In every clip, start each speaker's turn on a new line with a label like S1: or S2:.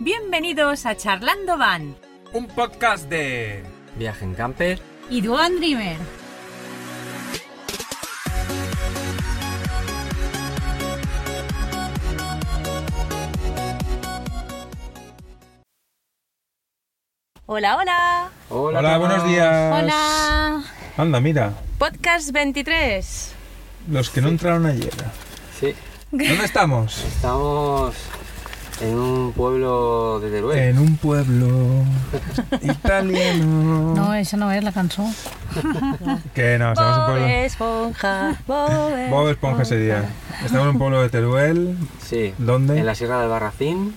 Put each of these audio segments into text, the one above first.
S1: Bienvenidos a Charlando Van
S2: Un podcast de...
S3: Viaje en camper.
S1: y Duan Dreamer. Hola, hola.
S3: Hola,
S2: Hola, buenos días.
S1: Hola.
S2: Anda, mira,
S1: Podcast 23.
S2: los que no entraron ayer.
S3: Sí,
S2: ¿Dónde estamos?
S3: estamos en un pueblo de Teruel.
S2: En un pueblo italiano.
S4: No, esa no es la canción.
S2: Que no, estamos en un pueblo...
S1: Esponja, Bob
S2: Bob Esponja sería. Estamos en un pueblo de Teruel.
S3: sí,
S2: ¿Dónde?
S3: en la Sierra del Barracín.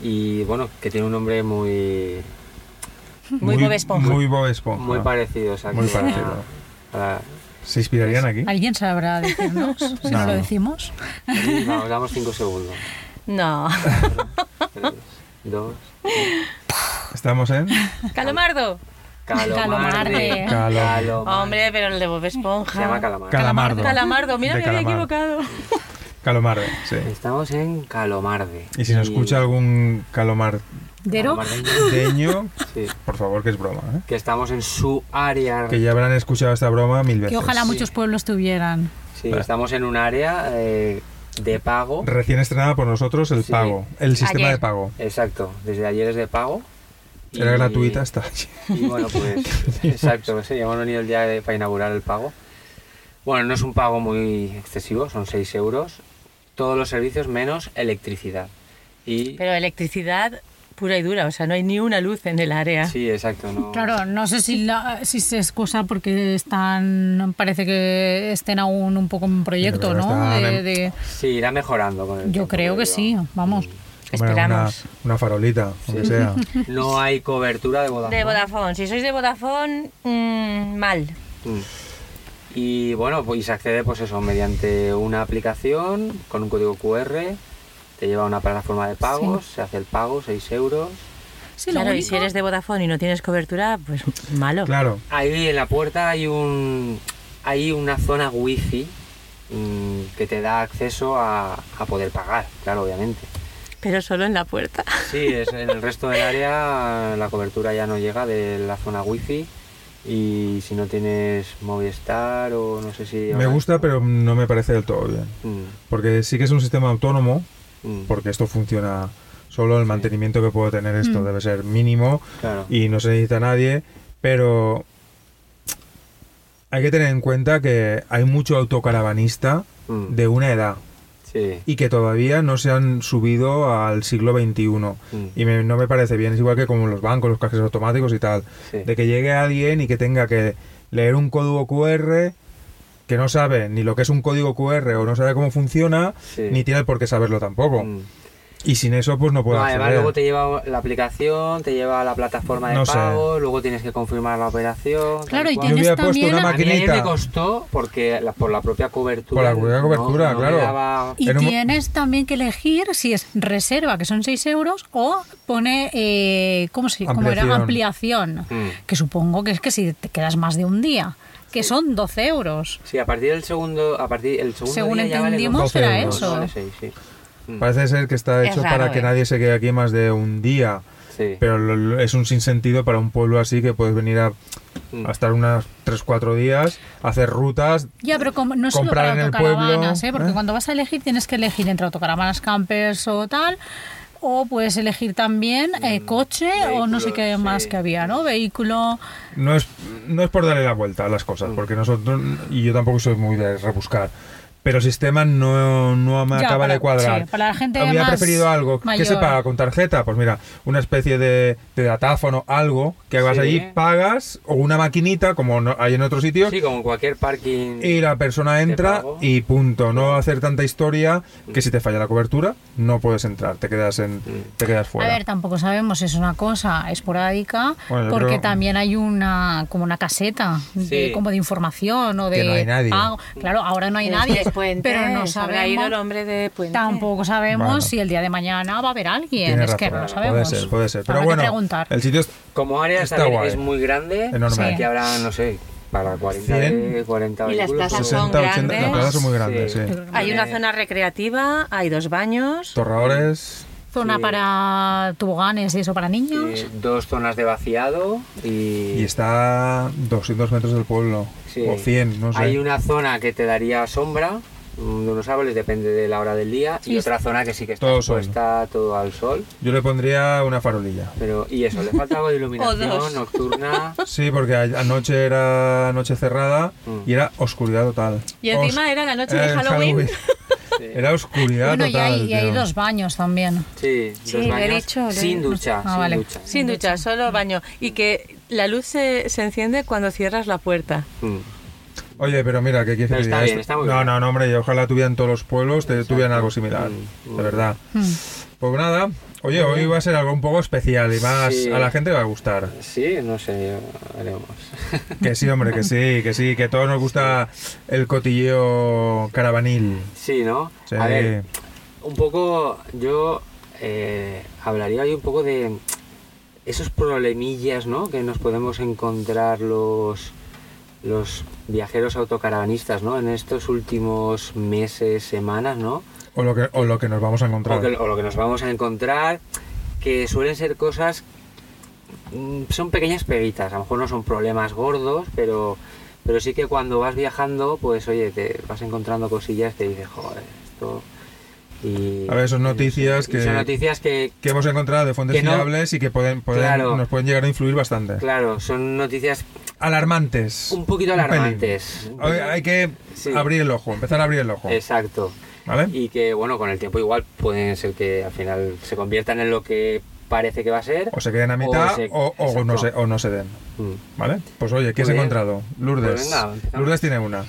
S3: Y bueno, que tiene un nombre muy,
S1: Muy Bob Esponja.
S2: Muy Bob Esponja.
S3: muy parecido. O sea,
S2: Muy
S3: que para-
S2: parecido.
S3: para-
S2: ¿Se inspirarían aquí?
S4: ¿Alguien sabrá decirnos si
S2: No.
S4: no lo decimos?
S3: vamos, damos 5 segundos.
S1: No.
S3: 3, 2,
S2: Estamos en...
S1: Calomardo.
S4: Calomarde.
S3: Calomarde. Calomarde.
S1: Hombre, pero el de Bob
S3: Se
S1: Esponja.
S3: llama Calomarde.
S2: Calamardo.
S1: Calamardo, mira,
S2: De
S1: me había
S2: calamar.
S1: equivocado.
S2: Calomardo, sí.
S3: Estamos en Calomarde.
S2: Y si nos escucha algún
S4: ¿Dero?
S3: calomardeño,
S2: calomardeño,
S3: Sí,
S2: por favor, que es broma, ¿eh?
S3: que estamos en su área
S2: Que ya habrán escuchado esta broma mil veces.
S4: Que ojalá muchos pueblos tuvieran.
S3: Sí,
S2: Vale.
S3: estamos en un área eh, de pago.
S2: Recién estrenada por nosotros el
S3: Sí.
S2: pago, el sistema
S1: Ayer.
S2: de pago.
S3: Exacto, desde ayer es de pago.
S2: Era
S3: Y-
S2: gratuita hasta ayer.
S3: Y bueno, pues exacto, sí, hemos venido el día de- para inaugurar el pago. Bueno, no es un pago muy excesivo, son 6 euros. Todos los servicios menos electricidad. Y
S1: Pero electricidad pura y dura, o sea, no hay ni una luz en el área.
S3: sí, exacto, no.
S4: Claro, no sé si, la- si se excusa porque están, parece que estén aún un poco en proyecto,
S2: Pero
S4: ¿no?
S2: están
S4: De-
S2: en-
S4: de-
S3: Sí, irá mejorando con el
S4: yo
S3: tiempo,
S4: creo que
S3: digo.
S4: sí, vamos.
S2: Hombre, una,
S1: Esperamos.
S2: una farolita, aunque sea.
S3: mm, No hay cobertura de Vodafone.
S1: De Vodafone, si sois de Vodafone, mm, mal.
S3: Mm. Y bueno, pues y se accede pues eso, mediante una aplicación con un código QR, te lleva a una plataforma de pagos, se hace el pago, 6 euros.
S4: Sí, lo
S1: claro, y
S4: único-
S1: si eres de Vodafone y no tienes cobertura, pues malo.
S2: Claro,
S3: Ahí en la puerta hay un hay una zona wifi mm, que te da acceso a, a poder pagar, claro, obviamente.
S1: Pero solo en la puerta.
S3: Sí, es, en el resto del área la cobertura ya no llega de la zona wifi y si no tienes Movistar o no sé si...
S2: me gusta, pero no me parece del todo bien.
S3: Mm,
S2: Porque sí que es un sistema autónomo,
S3: mm,
S2: porque esto funciona solo, el mantenimiento que puedo tener
S3: Mm.
S2: esto debe ser mínimo
S3: claro.
S2: y no se necesita nadie, pero hay que tener en cuenta que hay mucho autocaravanista
S3: Mm,
S2: de una edad.
S3: sí.
S2: y que todavía no se han subido al siglo XXI.
S3: Mm.
S2: Y me- no me parece bien, es igual que como los bancos, los cajeros automáticos y tal.
S3: Sí.
S2: De que llegue alguien y que tenga que leer un código QR que no sabe ni lo que es un código QR o no sabe cómo funciona,
S3: Sí.
S2: ni tiene por qué saberlo tampoco.
S3: Mm.
S2: Y sin eso, pues no puedo
S3: No, además
S2: acceder.
S3: luego te lleva la aplicación, te lleva a la plataforma de
S2: No sé.
S3: pago, luego tienes que confirmar la operación. tal
S4: Claro, y
S3: cual.
S2: Yo
S4: tienes
S2: hubiera puesto
S4: también
S2: una
S3: a mí ayer
S2: maquinita.
S3: me costó porque la- por la propia cobertura.
S2: Por la propia
S3: no-
S2: cobertura,
S3: no me
S2: claro.
S3: daba-
S4: Y
S2: en un mo-
S4: tienes también que elegir si es reserva, que son 6 euros, o pone, eh, ¿cómo, se, cómo era? Ampliación.
S3: Mm.
S4: Que supongo que es que si te quedas más de un día, que son 12 euros.
S3: Sí, a partir del segundo, a partir el segundo
S4: Según
S3: día ya vale
S4: entendimos,
S3: 12
S2: era
S3: euros,
S4: eso.
S3: vale seis, sí. Mm,
S2: Parece ser que está
S1: Es
S2: hecho
S1: raro,
S2: para que
S1: ¿eh?
S2: nadie se quede aquí más de un día.
S3: sí.
S2: Pero lo- lo- es un sinsentido para un pueblo así que puedes venir a,
S3: Mm.
S2: a estar unas 3-4 días, hacer rutas,
S4: Ya, pero como, no solo
S2: Comprar
S4: para
S2: en el
S4: autocaravanas,
S2: pueblo,
S4: ¿eh? porque
S2: ¿eh?
S4: cuando vas a elegir tienes que elegir entre autocaravanas, campers o tal, o puedes elegir también eh, coche o no sé qué
S3: Mm, vehículo,
S4: más
S3: sí.
S4: que había, ¿no? Vehículo.
S2: No es, no es por darle la vuelta a las
S3: Mm.
S2: cosas, porque nosotros, y yo tampoco soy muy de rebuscar, pero el sistema no, no me
S4: Ya,
S2: acaba
S4: para-
S2: de cuadrar.
S4: sí, para la gente
S2: Habría
S4: más
S2: preferido algo que se
S4: mayor.
S2: paga con tarjeta, pues mira, una especie de, de datáfono, algo que vas
S3: Sí.
S2: allí, pagas, o una maquinita, como no- hay en otros sitios,
S3: Sí, como en cualquier parking.
S2: y la persona entra
S3: pago. Mm.
S2: y punto. No hacer tanta historia que si te falla la cobertura, no puedes entrar, te quedas, en, te quedas fuera.
S4: A ver, tampoco sabemos si es una cosa esporádica,
S2: Bueno, yo
S4: porque
S2: creo-
S4: también hay una como una caseta de,
S3: Sí.
S4: como de información o de
S2: Que no hay nadie.
S4: pago. Claro, ahora no hay nadie, pero no
S1: Habrá ido el
S4: sabemos.
S1: hombre de puente.
S4: Tampoco sabemos
S2: Bueno.
S4: si el día de mañana va a haber alguien.
S2: Tienes
S4: es que no
S2: razón,
S4: lo sabemos.
S2: Puede ser, puede ser. Pero
S4: Habrá que
S2: bueno,
S4: preguntar.
S2: el sitio es
S3: Como área
S2: Está
S3: también
S2: guay.
S3: es muy grande.
S2: enorme.
S4: Sí.
S3: Aquí habrá, no sé, para 40,
S2: Cien.
S3: 40
S1: Y las
S3: vehículos,
S1: plazas
S3: pero-
S1: son
S2: 60, 80, las
S1: grandes.
S2: plazas son muy grandes,
S3: Sí.
S2: sí.
S1: Hay una
S3: Eh,
S1: zona recreativa, hay dos baños.
S2: Torradores,
S4: zona
S3: Sí.
S4: para toboganes y eso para niños.
S3: Eh, dos zonas de vaciado y...
S2: Y está a 200 metros del pueblo.
S3: Sí.
S2: O 100, no sé.
S3: Hay una zona que te daría sombra mm, de unos árboles, depende de la hora del día, y
S4: Y es-
S3: otra zona que sí que está
S2: Todo sol.
S3: expuesta todo al sol.
S2: Yo le pondría una farolilla.
S3: Pero, y eso, le falta algo de
S1: dos.
S3: iluminación nocturna.
S2: Sí, porque a- anoche era noche cerrada
S3: Mm.
S2: y era oscuridad total.
S1: Y encima
S2: Os-
S1: era la noche de
S2: el
S1: Halloween.
S3: Sí.
S2: Era oscuridad
S4: Bueno, y
S2: total.
S4: hay, y hay
S2: tío.
S4: dos baños también.
S3: Sí,
S5: Sí,
S3: los
S5: lo he
S3: baños
S5: dicho, lo he-
S3: sin ducha,
S4: Ah,
S3: sin
S4: vale.
S3: ducha.
S1: Sin ducha, solo baño. Y que la luz se, se enciende cuando cierras la puerta.
S3: Mm.
S2: Oye, pero mira, ¿qué quieres
S3: Pero
S2: que te
S3: está
S2: diga?
S3: bien,
S2: Esto-
S3: está muy
S2: no,
S3: bien.
S2: no, no, hombre, y ojalá tuvieran todos los pueblos, te,
S3: Exacto.
S2: tuvieran algo similar,
S3: Mm,
S2: de
S3: bueno.
S2: verdad.
S4: Mm.
S2: Pues nada, oye, hoy va a ser algo un poco especial y más
S3: Sí.
S2: a la gente le va a gustar.
S3: Sí, no sé, ya veremos.
S2: Que sí, hombre, que sí, que sí, que a todos nos gusta el cotilleo caravanil.
S3: Sí, ¿no?
S2: Sí.
S3: A ver, un poco yo eh, hablaría hoy un poco de esos problemillas, ¿no? Que nos podemos encontrar los los viajeros autocaravanistas, ¿no? En estos últimos meses, semanas, ¿no?
S2: O lo que, o lo que nos vamos a encontrar.
S3: O, que, o lo que nos vamos a encontrar, que suelen ser cosas, mm, son pequeñas peguitas, a lo mejor no son problemas gordos, pero, pero sí que cuando vas viajando, pues oye, te vas encontrando cosillas que dices, joder, esto... Y,
S2: A ver, son noticias
S3: y
S2: que-
S3: Son noticias que,
S2: Que hemos encontrado de fuentes
S3: Que no-
S2: fiables y que pueden, pueden-
S3: Claro.
S2: nos pueden llegar a influir bastante.
S3: claro, son noticias
S2: Alarmantes.
S3: un poquito
S2: pelín.
S3: alarmantes. Un
S2: Hay,
S3: poquito-
S2: hay que
S3: Sí.
S2: abrir el ojo, empezar a abrir el ojo.
S3: Exacto.
S2: ¿Vale?
S3: Y que, bueno, con el tiempo igual pueden ser que al final se conviertan en lo que parece que va a ser.
S2: O se queden a mitad o,
S3: se-
S2: o no,
S3: Exacto.
S2: se, o no se den.
S3: Mm.
S2: ¿Vale? Pues oye, ¿qué has
S3: Muy bien.
S2: encontrado? Lourdes.
S3: Pues venga, empezamos.
S2: Lourdes tiene una.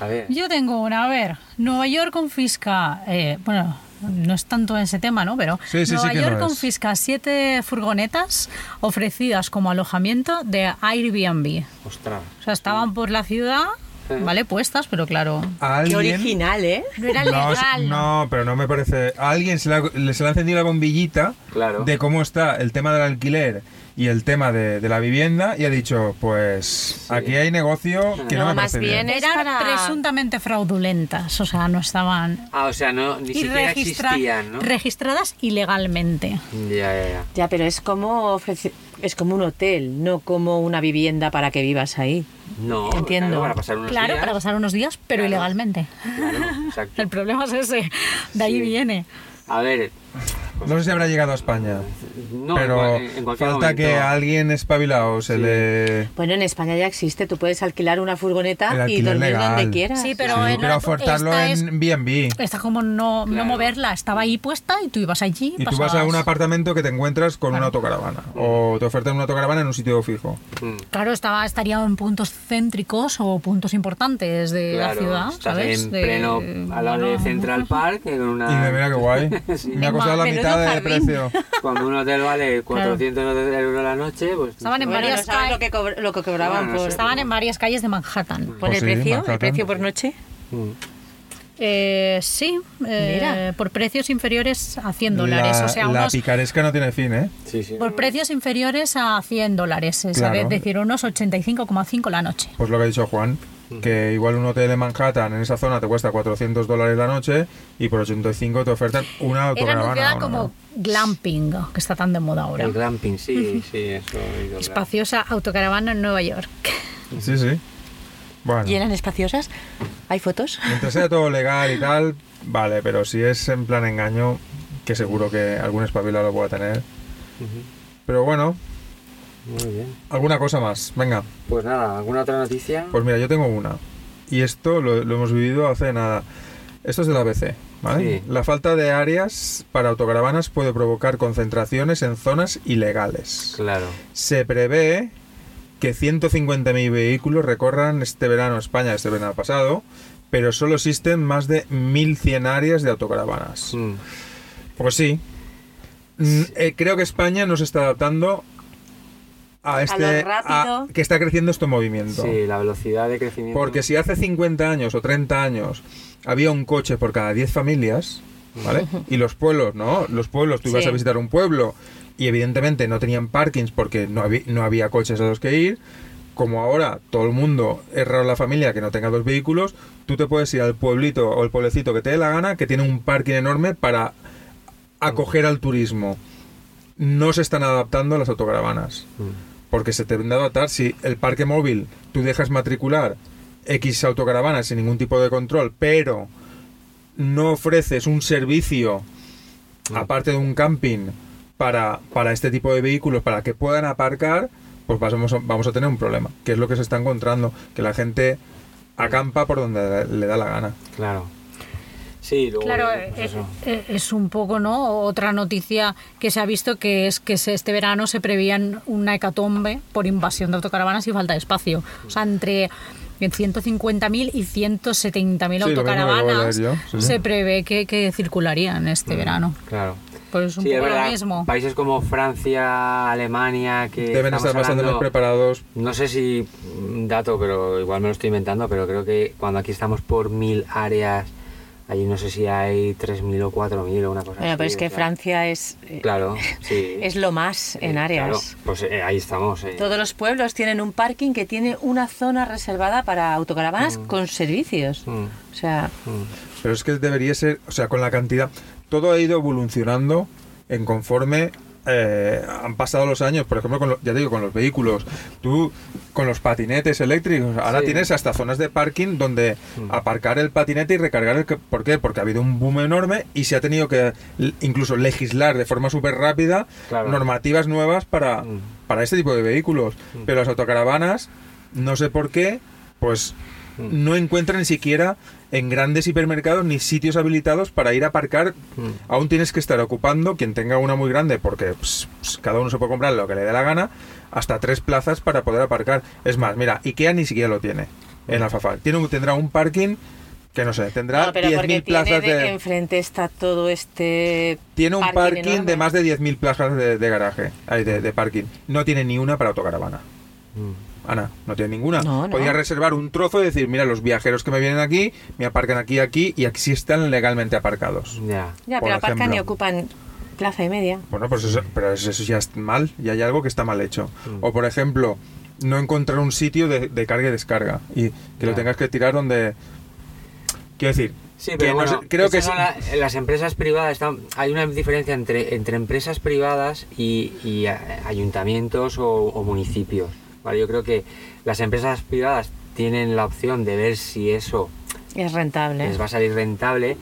S3: A ver.
S4: Yo tengo una, a ver, Nueva York confisca, eh, bueno, no es tanto ese tema, ¿no? Pero
S2: Sí, sí,
S4: Nueva
S2: sí que
S4: York
S2: no es.
S4: confisca siete furgonetas ofrecidas como alojamiento de Airbnb.
S3: Ostras.
S4: O sea, estaban por la ciudad,
S3: Sí.
S4: ¿vale? Puestas, pero claro,
S2: ¿A alguien?
S1: Qué original, ¿eh?
S4: no era
S2: No,
S4: legal.
S2: no, pero no me parece. A alguien se le ha, le- se le ha encendido la bombillita
S3: Claro.
S2: de cómo está el tema del alquiler y el tema de, de la vivienda y ha dicho: Pues aquí hay negocio que no,
S5: No,
S2: me
S5: más
S2: parece
S5: bien es
S4: Eran
S5: para-
S4: presuntamente fraudulentas, o sea, no estaban
S3: Ah, o sea, no, ni
S4: y
S3: siquiera
S4: registra-
S3: existían, ¿no?
S4: registradas ilegalmente.
S3: Ya, ya, ya.
S5: Ya, pero es como ofrece- es como un hotel, no como una vivienda para que vivas ahí.
S3: No,
S5: Entiendo.
S3: claro, para pasar unos
S4: Claro,
S3: días.
S4: para pasar unos días, pero
S3: Claro.
S4: ilegalmente.
S3: Claro, exacto.
S4: El problema es ese, de ahí
S3: Sí.
S4: viene.
S3: A ver, eh,
S2: No sé si habrá llegado a España.
S3: no,
S2: pero
S3: en, en cualquier
S2: falta
S3: momento.
S2: que a alguien espabilado se
S3: Sí.
S2: le.
S5: Bueno, en España ya existe, tú puedes alquilar una
S2: El
S5: furgoneta y
S2: alquiler
S5: dormir
S2: legal.
S5: donde quieras.
S4: Sí, pero,
S2: Sí,
S4: en
S2: pero
S4: la-
S2: ofertarlo
S4: esta es-
S2: en B&B.
S4: Está como no, no
S3: Claro.
S4: moverla, estaba ahí puesta y tú ibas allí.
S2: Y tú vas
S4: pasabas-
S2: a un apartamento que te encuentras con una autocaravana. O te ofertan una autocaravana en un sitio fijo.
S3: Mm,
S4: Claro, estaba, estaría en puntos céntricos o puntos importantes de
S3: claro,
S4: la ciudad,
S3: estás
S4: ¿sabes?
S3: en
S4: De-
S3: pleno, al lado de
S4: bueno,
S3: Central Park, en una...
S2: Y me mira qué guay.
S3: Ah. Sí.
S2: Me ha costado la
S1: Menudo
S2: mitad de
S1: jardín.
S2: precio.
S3: Cuando un hotel vale 400 euros la noche, pues...
S4: Estaban en
S5: Bueno,
S4: varias
S5: no sabes
S4: calles.
S5: lo que, cobr- lo que cobraban
S3: Bueno, no
S5: por,
S3: sé.
S4: Estaban en varias calles de Manhattan.
S5: por
S2: Pues
S5: el
S2: sí,
S5: precio,
S2: Manhattan.
S5: el precio por noche.
S3: Mm,
S4: Eh, sí, eh,
S5: Mira.
S4: por precios inferiores a 100 dólares.
S2: la,
S4: o sea,
S2: la
S4: unos,
S2: picaresca no tiene fin, ¿eh?
S3: Sí, sí.
S4: por precios inferiores a 100 dólares, eh, ¿sabes?
S2: Claro.
S4: Es decir, unos 85,5 la noche.
S2: Pues lo que ha dicho Juan, que igual un hotel en Manhattan, en esa zona, te cuesta 400 dólares la noche y por 85 te ofertan una
S4: Era
S2: autocaravana.
S4: anunciada
S2: o no,
S4: como
S2: no.
S4: glamping, que está tan de moda ahora.
S3: El glamping, sí, sí, eso. he oído hablar.
S4: Espaciosa autocaravana en Nueva York.
S2: Sí, sí. Bueno,
S5: ¿Y eran espaciosas? ¿Hay fotos?
S2: mientras sea todo legal y tal, vale, pero si es en plan engaño, que seguro que algún espabilado lo pueda tener.
S3: Ujú,
S2: Pero bueno,
S3: Muy bien.
S2: alguna cosa más, venga.
S3: Pues nada, ¿alguna otra noticia?
S2: Pues mira, yo tengo una. Y esto lo, lo hemos vivido hace nada. Esto es de la ABC, ¿vale?
S3: Sí.
S2: La falta de áreas para autocaravanas puede provocar concentraciones en zonas ilegales.
S3: Claro.
S2: Se prevé que 150.000 vehículos recorran este verano España, este verano pasado, pero solo existen más de 1.100 áreas de autocaravanas.
S3: Mm,
S2: Pues sí. Mm, eh, creo que España no se está adaptando a este...
S5: lo rápido.
S2: que está creciendo este movimiento.
S3: Sí, la velocidad de crecimiento.
S2: Porque si hace 50 años o 30 años había un coche por cada 10 familias, ¿vale? Y los pueblos, ¿no? Los pueblos, tú ibas
S5: Sí.
S2: a visitar un pueblo y evidentemente no tenían parkings porque no, había, no había coches a los que ir. Como ahora todo el mundo es raro la familia que no tenga dos vehículos, tú te puedes ir al pueblito o el pueblecito que te dé la gana, que tiene un parking enorme para acoger al turismo. No se están adaptando a las autocaravanas.
S3: Mm.
S2: Porque se tendrá que adaptar si el parque móvil tú dejas matricular X autocaravanas sin ningún tipo de control, pero no ofreces un servicio
S3: Mm.
S2: aparte de un camping para, para este tipo de vehículos, para que puedan aparcar, pues vamos a, vamos a tener un problema, que es lo que se está encontrando, que la gente acampa por donde le da la gana.
S3: Claro. Sí, luego
S4: Claro,
S3: veremos
S5: eh,
S4: es,
S3: eso.
S4: es- es un poco, ¿no? Otra noticia que se ha visto que es que se- este verano se prevían una hecatombe por invasión de autocaravanas y falta de espacio. O sea, entre 150.000 y 170.000
S2: Sí, lo mismo que acabo de
S4: autocaravanas
S2: leer yo, sí, Mm. sí.
S4: se prevé que, que circularían este verano.
S3: Claro.
S4: Pues es un
S3: Sí, es
S4: poco lo
S3: verdad,
S4: mismo.
S3: Países como Francia, Alemania, que.
S2: Deben
S3: estamos
S2: estar bastante más
S3: hablando-
S2: preparados.
S3: No sé si un dato, pero igual me lo estoy inventando, pero creo que cuando aquí estamos por mil áreas, allí no sé si hay 3.000 o 4.000 o una cosa
S5: Bueno,
S3: así.
S5: pero es
S3: o
S5: que
S3: sea,
S5: Francia es, eh,
S3: Claro, sí.
S5: es lo más en
S3: Eh,
S5: áreas.
S3: claro, pues eh, ahí estamos. eh.
S5: Todos los pueblos tienen un parking que tiene una zona reservada para autocaravanas con servicios.
S3: Mm,
S5: O sea,
S3: mm.
S2: Pero es que debería ser, o sea, con la cantidad. Todo ha ido evolucionando en conforme eh, han pasado los años. Por ejemplo, con lo- ya te digo, con los vehículos. Tú, con los patinetes eléctricos. Ahora
S3: Sí. Mm.
S2: tienes hasta zonas de parking donde aparcar el patinete y recargar el. que- ¿Por qué? Porque ha habido un boom enorme y se ha tenido que l- incluso legislar de forma súper rápida
S3: Claro.
S2: normativas nuevas para,
S3: Mm.
S2: para este tipo de vehículos. Pero las autocaravanas, no sé por qué, pues
S3: Mm.
S2: no encuentran ni siquiera en grandes hipermercados ni sitios habilitados para ir a aparcar.
S3: Mm.
S2: Aún tienes que estar ocupando, quien tenga una muy grande, porque pues, pues, cada uno se puede comprar lo que le dé la gana, hasta tres plazas para poder aparcar. Es más, mira, Ikea ni siquiera lo tiene
S3: Mm.
S2: en Alfafar. Tiene, un- tendrá un parking que no sé, tendrá
S5: no, pero porque
S2: 10.000
S5: tiene
S2: plazas
S5: de,
S2: de...
S5: enfrente está todo este
S2: Tiene un parking,
S5: enorme.
S2: de más de 10.000 plazas de, de garaje, ay, de, de parking. No tiene ni una para autocaravana.
S3: Mm.
S2: Ana, no tiene ninguna.
S5: No, no.
S2: Podía reservar un trozo y decir, mira, los viajeros que me vienen aquí, me aparcan aquí, aquí y aquí están legalmente aparcados.
S3: mm, Ya.
S5: Ya,
S2: por
S5: pero aparcan
S2: ejemplo.
S5: y ocupan plaza y media.
S2: Bueno, pues eso, pero eso ya es mal, ya hay algo que está mal hecho.
S3: Mm.
S2: O por ejemplo, no encontrar un sitio de, de carga y descarga y que lo
S3: Ya.
S2: tengas que tirar donde... Quiero decir,
S3: Sí,
S2: que
S3: pero
S2: no
S3: bueno,
S2: sé- creo que
S3: esas
S2: es-
S3: son la- las empresas privadas están, hay una diferencia entre, entre empresas privadas y, y a- ayuntamientos o, o municipios. ¿vale? Yo creo que las empresas privadas tienen la opción de ver si eso
S5: Es rentable.
S3: les va a salir rentable,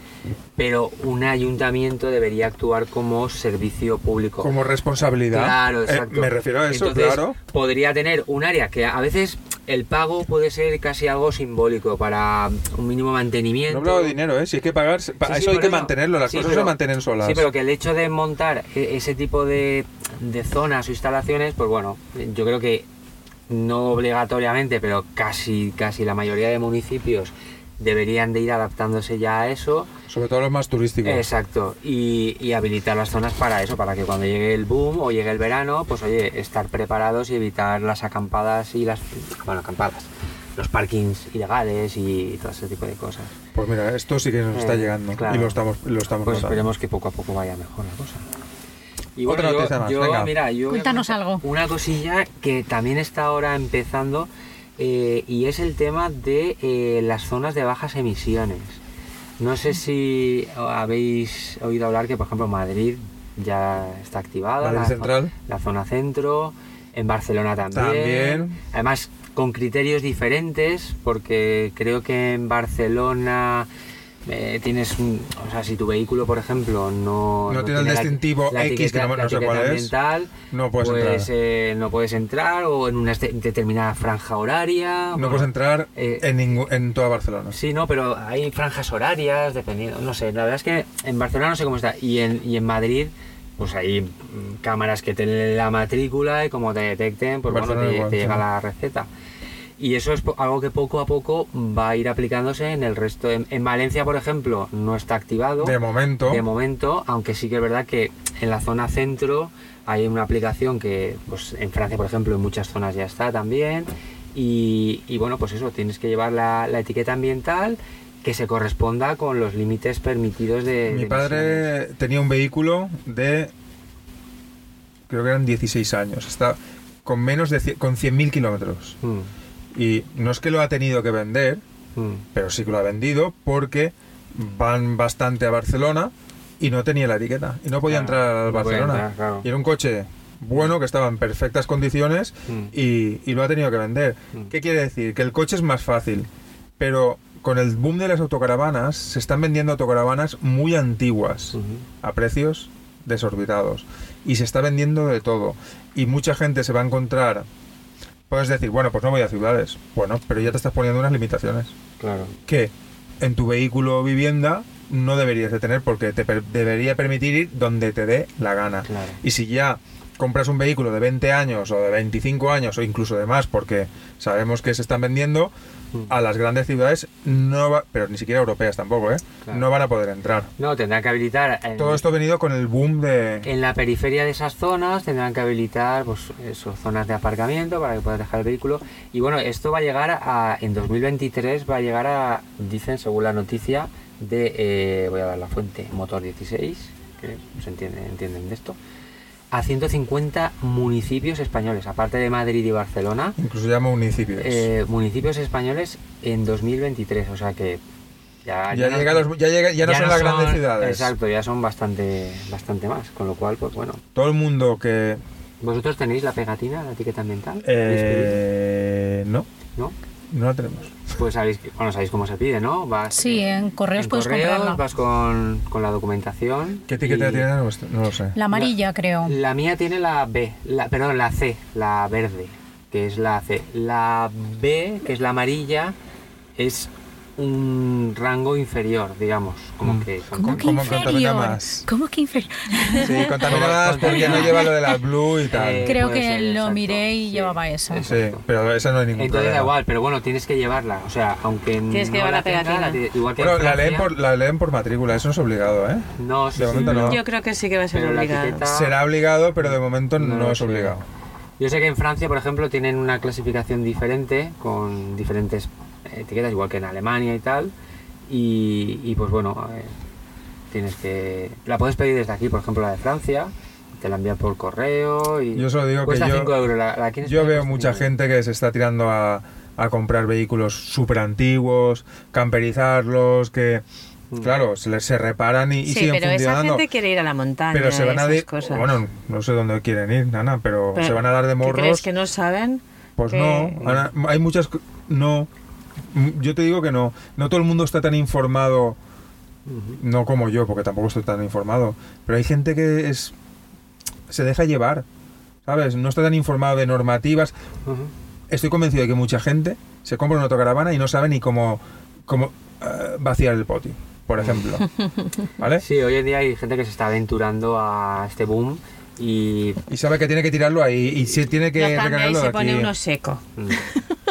S3: pero un ayuntamiento debería actuar como servicio público.
S2: como responsabilidad.
S3: Claro,
S2: eh,
S3: exacto.
S2: me refiero a eso,
S3: Entonces,
S2: claro.
S3: Podría tener un área que a veces el pago puede ser casi algo simbólico para un mínimo mantenimiento.
S2: No he hablado de dinero, ¿eh? Si hay que pagar, pa-
S3: Sí, sí,
S2: eso hay
S3: por
S2: que mantenerlo, las
S3: Sí,
S2: cosas
S3: pero-
S2: se mantienen solas.
S3: Sí, pero que el hecho de montar e- ese tipo de, de zonas o instalaciones, pues bueno, yo creo que no obligatoriamente, pero casi, casi la mayoría de municipios deberían de ir adaptándose ya a eso.
S2: Sobre todo los más turísticos.
S3: Exacto, y, y habilitar las zonas para eso, para que cuando llegue el boom o llegue el verano, pues oye, estar preparados y evitar las acampadas y las... Bueno, acampadas, los parkings ilegales y todo ese tipo de cosas.
S2: Pues mira, esto sí que nos está
S3: Eh,
S2: llegando
S3: claro.
S2: y lo estamos, lo estamos
S3: Pues
S2: notando.
S3: esperemos que poco a poco vaya mejor la cosa. Y
S2: Otra
S3: yo-
S2: noticia más,
S3: yo,
S2: venga.
S3: mira, yo voy a
S4: Cuéntanos
S3: contar
S4: algo.
S3: Una cosilla que también está ahora empezando eh, y es el tema de eh, las zonas de bajas emisiones. No sé si habéis oído hablar que, por ejemplo, Madrid ya está activada.
S2: Madrid
S3: la,
S2: Central.
S3: La zona centro. En Barcelona también.
S2: También.
S3: Además, con criterios diferentes, porque creo que en Barcelona eh, tienes un. O sea, si tu vehículo, por ejemplo, no.
S2: No tiene el
S3: la-
S2: distintivo
S3: la
S2: X, que
S3: etiqueta-
S2: no-
S3: la
S2: no sé
S3: etiqueta
S2: cuál es,
S3: ambiental,
S2: no puedes
S3: pues,
S2: entrar.
S3: eh, no puedes entrar, o en una este- determinada franja horaria.
S2: No
S3: bueno,
S2: puedes entrar
S3: eh,
S2: en, ningú- en toda Barcelona.
S3: Sí, no, pero hay franjas horarias, dependiendo, no sé, la verdad es que en Barcelona no sé cómo está, y en, y en Madrid, pues hay mm, cámaras que te leen la matrícula y como te detecten, pues bueno,
S2: Barcelona
S3: te,
S2: igual,
S3: te
S2: sí.
S3: llega la receta. Y eso es po- algo que poco a poco va a ir aplicándose en el resto. En, en Valencia, por ejemplo, no está activado.
S2: De momento.
S3: De momento, aunque sí que es verdad que en la zona centro hay una aplicación que pues, en Francia, por ejemplo, en muchas zonas ya está también. Y, y bueno, pues eso, tienes que llevar la, la etiqueta ambiental que se corresponda con los límites permitidos de...
S2: mi
S3: de emisiones.
S2: padre tenía un vehículo de. Creo que eran 16 años. Está con menos de cien- con 100.000 kilómetros.
S3: Mm,
S2: Y no es que lo ha tenido que vender,
S3: mm,
S2: pero sí que lo ha vendido porque van bastante a Barcelona y no tenía la etiqueta y no podía
S3: Claro,
S2: entrar al
S3: Ah, no podía
S2: Barcelona.
S3: entrar, claro.
S2: Y era un coche bueno que estaba en perfectas condiciones
S3: Mm.
S2: y, y lo ha tenido que vender.
S3: Mm.
S2: ¿Qué quiere decir? Que el coche es más fácil, pero con el boom de las autocaravanas se están vendiendo autocaravanas muy antiguas
S3: Ujú.
S2: a precios desorbitados y se está vendiendo de todo y mucha gente se va a encontrar puedes decir bueno pues no voy a ciudades bueno pero ya te estás poniendo unas limitaciones
S3: Claro.
S2: que en tu vehículo o vivienda no deberías de tener porque te per- debería permitir ir donde te dé la gana.
S3: Claro.
S2: Y si ya compras un vehículo de 20 años o de 25 años o incluso de más porque sabemos que se están vendiendo
S3: Mm.
S2: a las grandes ciudades no va- pero ni siquiera europeas tampoco, ¿eh?
S3: Claro.
S2: No van a poder entrar.
S3: No, tendrán que habilitar. eh, en-
S2: Todo este esto ha venido con el boom de
S3: En la periferia de esas zonas tendrán que habilitar pues, eso, zonas de aparcamiento para que puedas dejar el vehículo. Y bueno, esto va a llegar a, en 2023 va a llegar a, dicen según la noticia, de, eh, voy a dar la fuente, Motor 16, que se entiende, entienden de esto, a 150 municipios españoles, aparte de Madrid y Barcelona,
S2: incluso ya municipios.
S3: eh, municipios españoles en 2023. O sea que ya,
S2: ya,
S3: no-
S2: llega los- ya llega- ya no son las grandes ciudades.
S3: Exacto, ya son bastante, bastante más. Con lo cual, pues bueno.
S2: Todo el mundo que
S3: ¿Vosotros tenéis la pegatina, la etiqueta ambiental? ¿Habéis pedido?
S2: eh, no,
S3: ¿No?
S2: no la tenemos.
S3: Pues sabéis, que- bueno, sabéis cómo se pide, ¿no? Vas,
S4: Sí,
S3: eh,
S4: en correos puedes
S3: correos,
S4: comprarla.
S3: vas con, con la documentación.
S2: ¿Qué etiqueta
S3: y-
S2: tiene la nuestra? No lo sé.
S4: La amarilla, creo.
S3: La mía tiene la B, la, perdón, la C, la verde, que es la C. La B, que es la amarilla, es un rango inferior, digamos. Como
S2: Mm.
S3: que son
S4: ¿Cómo que
S2: ¿Cómo contamina
S4: inferior?
S2: más?
S4: ¿Cómo que inferior?
S2: Sí, contaminadas
S3: Como-
S2: porque no
S3: contamina.
S2: lleva lo de las blue y tal.
S3: Eh,
S4: Creo
S3: puede
S4: que
S3: ser,
S4: lo
S3: exacto.
S4: miré y llevaba esa.
S2: sí,
S3: exacto.
S2: pero esa no hay ningún
S3: Entonces da
S2: problema.
S3: igual, pero bueno, tienes que llevarla. O sea, aunque
S5: Tienes que
S3: no
S5: llevar la
S3: tenga,
S5: pegatina.
S3: ti- igual que en
S2: Bueno, la
S3: Francia,
S2: leen, por, la leen por matrícula, eso no es obligado, ¿eh?
S3: No, sí,
S2: de
S3: sí,
S2: momento no.
S5: Yo creo que sí que va a ser
S3: Pero la
S5: obligado.
S3: etiqueta-
S2: Será obligado, pero de momento
S3: Ah. No
S2: no,
S3: lo
S2: es
S3: sé.
S2: obligado.
S3: Yo sé que en Francia, por ejemplo, tienen una clasificación diferente, con diferentes etiquetas, igual que en Alemania y tal. Y, y, pues bueno, eh, tienes que. La puedes pedir desde aquí, por ejemplo, la de Francia, te la envían por correo. y
S2: Yo solo digo que
S3: cuesta
S2: yo-
S3: 5 euros. La, la aquí en
S2: Yo
S3: España
S2: veo
S3: cuesta
S2: mucha
S3: cinco euros.
S2: gente que se está tirando a, a comprar vehículos súper antiguos, camperizarlos, que,
S3: Mm.
S2: claro, se, les- se reparan y, y
S5: Sí,
S2: siguen
S5: pero esa
S2: funcionando.
S5: gente quiere ir a la montaña.
S2: pero se van a
S5: esas
S2: dar.
S5: cosas.
S2: Bueno, no sé dónde quieren ir, Nana, pero,
S5: Pero,
S2: se van a dar de
S5: ¿qué
S2: morros.
S5: crees que no saben?
S2: Pues
S5: que-
S2: no, ahora hay muchas... co- No, Mm, yo te digo que no. No todo el mundo está tan informado, no como yo, porque tampoco estoy tan informado, pero hay gente que es se deja llevar, ¿sabes? No está tan informado de normativas.
S3: Ujú.
S2: Estoy convencido de que mucha gente se compra una autocaravana y no sabe ni cómo, cómo eh, vaciar el poti, por ejemplo. ¿Vale?
S3: Sí, hoy en día hay gente que se está aventurando a este boom y.
S2: Y sabe que tiene que tirarlo ahí y si tiene que
S5: Lo cambia y
S2: recargarlo de
S5: se
S2: aquí.
S5: pone uno seco.
S3: mm,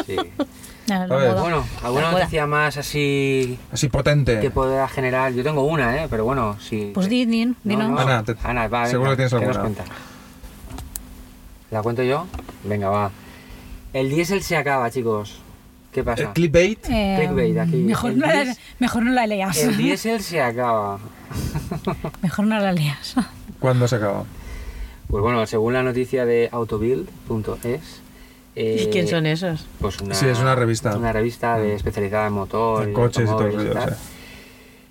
S3: sí.
S4: Ah, la
S2: A ver.
S4: moda.
S3: Pues Bueno, alguna
S5: La moda.
S3: noticia más así
S2: Así potente.
S3: que pueda generar. Yo tengo una, ¿eh? Pero bueno, sí.
S4: Pues di, di, di,
S3: No,
S4: no.
S3: no.
S2: Ana, te-
S3: Ana, va, venga,
S2: seguro que tienes
S3: ¿qué
S2: alguna.
S3: nos cuentas? ¿La cuento yo? Venga, va. El diésel se acaba, chicos. ¿Qué
S2: El
S3: pasa?
S2: clickbait.
S4: Eh,
S3: Clickbait aquí.
S4: mejor,
S3: El
S4: no la,
S3: diez-
S4: mejor no la leas.
S3: El diésel se acaba.
S4: Mejor no la leas.
S2: ¿Cuándo se acaba?
S3: Pues bueno, según la noticia de autobuild.es. eh,
S5: ¿Y quién son esos?
S3: Pues una,
S2: Sí, es una revista.
S3: Una revista de especializada en motor.
S2: En
S3: y
S2: coches y todo el
S3: automóviles
S2: rollo,
S3: tal.
S2: sí.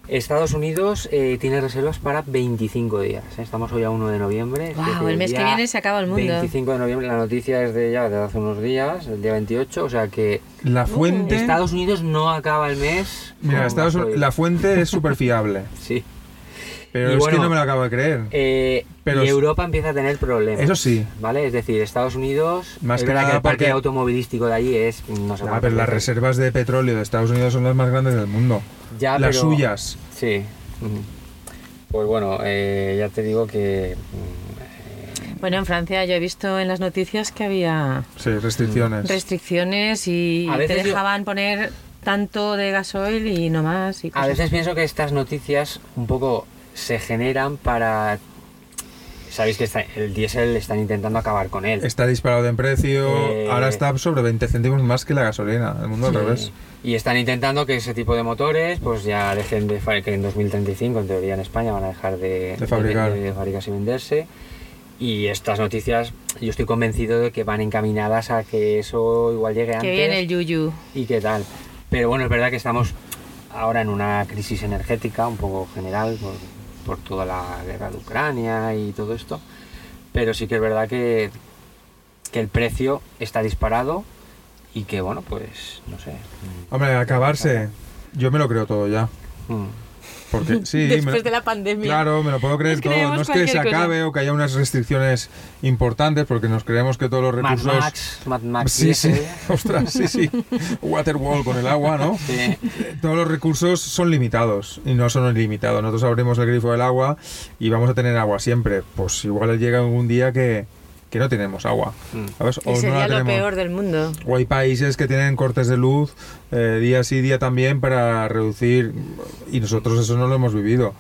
S3: Estados Unidos eh, tiene reservas para 25 días. ¿eh? Estamos hoy a 1 de noviembre. es
S5: Guau,
S3: decir,
S5: el mes que
S3: día
S5: viene se acaba el mundo.
S3: 25 de noviembre, la noticia es de ya de hace unos días, el día 28, o sea que
S2: La fuente.
S3: Estados Unidos no acaba el mes.
S2: Mira,
S3: con
S2: Estados
S3: gasoil.
S2: la fuente es súper fiable.
S3: Sí.
S2: Pero
S3: Y
S2: es
S3: bueno,
S2: que no me lo acabo de creer.
S3: Eh,
S2: Pero
S3: y
S2: es-
S3: Europa empieza a tener problemas.
S2: Eso sí.
S3: ¿Vale? Es decir, Estados Unidos.
S2: Más
S3: es
S2: que
S3: verdad
S2: nada
S3: el parque
S2: porque-
S3: automovilístico de allí es. mm, No sé
S2: Ah,
S3: cuántas
S2: pero las
S3: veces.
S2: reservas de petróleo de Estados Unidos son las más grandes del mundo.
S3: Ya,
S2: las
S3: pero-
S2: suyas.
S3: Sí. Ujú. Pues bueno, eh, ya te digo que. mm, eh,
S5: Bueno, en Francia yo he visto en las noticias que había
S2: Sí, restricciones.
S3: Mm.
S5: restricciones y
S3: A
S5: te
S3: veces yo-
S5: dejaban poner tanto de gasoil y no más. Y
S3: A
S5: cosas
S3: veces pienso que estas noticias un poco se generan para. Sabéis que está- el diésel están intentando acabar con él.
S2: Está disparado en precio.
S3: Eh,
S2: Ahora está sobre 20 céntimos más que la gasolina. El mundo al revés.
S3: Y están intentando que ese tipo de motores, pues ya dejen de fa- que en 2035, en teoría en España, van a dejar de,
S2: De fabricar.
S3: de- de fabricarse y venderse. Y estas noticias, yo estoy convencido de que van encaminadas a que eso igual llegue
S5: así.
S3: antes
S5: Que viene el yuyu.
S3: y qué tal. Pero bueno, es verdad que estamos ahora en una crisis energética un poco general, por por toda la guerra de Ucrania y todo esto. Pero sí que es verdad que, que el precio está disparado y que, bueno, pues no sé.
S2: Hombre, acabarse, yo me lo creo todo ya.
S3: Mm.
S2: Porque sí, me
S1: Después
S2: lo-
S1: de la pandemia.
S2: Claro, me lo puedo creer
S1: Nos
S2: todo.
S1: creemos
S2: No es que se
S1: cualquier cosa.
S2: acabe o que haya unas restricciones importantes, porque nos creemos que todos los
S3: Mad
S2: recursos.
S3: Max, Mad Max.
S2: sí, sí,
S3: ese.
S2: ostras, sí, sí. Waterwall con el agua, ¿no?
S3: Sí.
S2: Todos los recursos son limitados y no son ilimitados. Nosotros abrimos el grifo del agua y vamos a tener agua siempre. Pues igual llega algún día que, que no tenemos agua.
S3: Mm.
S2: ¿sabes?
S1: Y
S2: Oh, no
S1: sería
S2: la
S1: lo
S2: tenemos.
S1: peor del mundo.
S2: O hay países que tienen cortes de luz eh, día sí, día también para reducir, y nosotros eso no lo hemos vivido.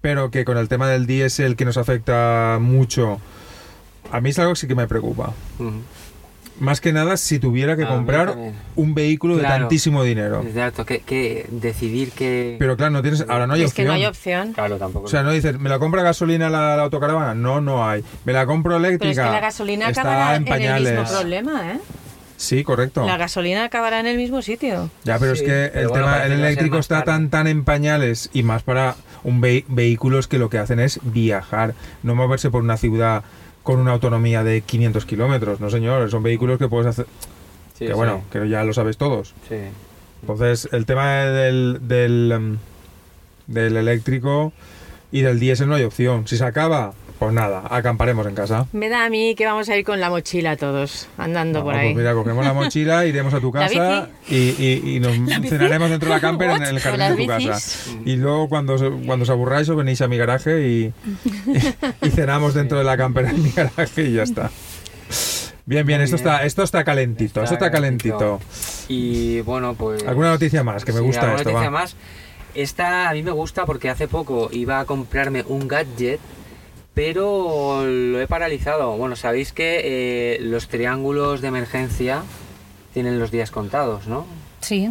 S2: Pero que con el tema del diésel que nos afecta mucho, a mí es algo que sí que me preocupa.
S3: Mm.
S2: Más que nada si tuviera que
S3: A mí
S2: comprar
S3: también.
S2: un vehículo de
S3: Claro.
S2: tantísimo dinero.
S3: Exacto, que, que decidir que.
S2: Pero claro, no tienes, ahora no hay
S1: es que
S2: opción.
S1: no hay opción.
S3: claro, tampoco.
S2: O sea, no dices, ¿me la compra gasolina la, la autocaravana? No, no hay. ¿Me la compro
S1: Pero
S2: eléctrica?
S1: es que la gasolina
S2: Está
S1: acabará
S2: en
S1: en, el mismo
S2: pañales.
S1: problema, ¿eh?
S2: Sí, correcto.
S1: La gasolina acabará en el mismo sitio.
S2: Ya, pero
S3: Sí,
S2: es que
S3: pero
S2: el tema el
S3: bueno, parece que va a ser
S2: eléctrico
S3: más
S2: está
S3: caro.
S2: tan tan en pañales y más para un ve- vehículos que lo que hacen es viajar, no moverse por una ciudad con una autonomía de 500 kilómetros. No, señor, son vehículos que puedes hacer.
S3: Sí,
S2: que
S3: sí,
S2: bueno, que ya lo sabes todos.
S3: Sí.
S2: Entonces, el tema del, del, em, del eléctrico y del diésel no hay opción. Si se acaba, pues nada, acamparemos en casa.
S1: Me da a mí que vamos a ir con la mochila todos, andando
S2: No,
S1: por
S2: pues
S1: ahí.
S2: mira, cogemos la mochila, iremos a tu
S1: La
S2: casa y, y- y nos cenaremos dentro de la camper en el
S1: ¿Las
S2: jardín de tu
S1: bicis?
S2: casa. Y luego cuando, os- cuando os aburráis os venís a mi garaje y, y cenamos dentro de la camper en mi garaje y ya está. Bien, bien,
S3: Muy
S2: esto
S3: bien.
S2: está, esto está calentito, esto está calentito.
S3: Y bueno, pues.
S2: ¿Alguna noticia más? Ah, Que me
S3: Sí,
S2: gusta
S3: alguna
S2: esto,
S3: noticia
S2: va.
S3: más. Esta a mí me gusta porque hace poco iba a comprarme un gadget, pero lo he paralizado. Bueno, sabéis que eh, los triángulos de emergencia tienen los días contados, ¿no?
S4: Sí.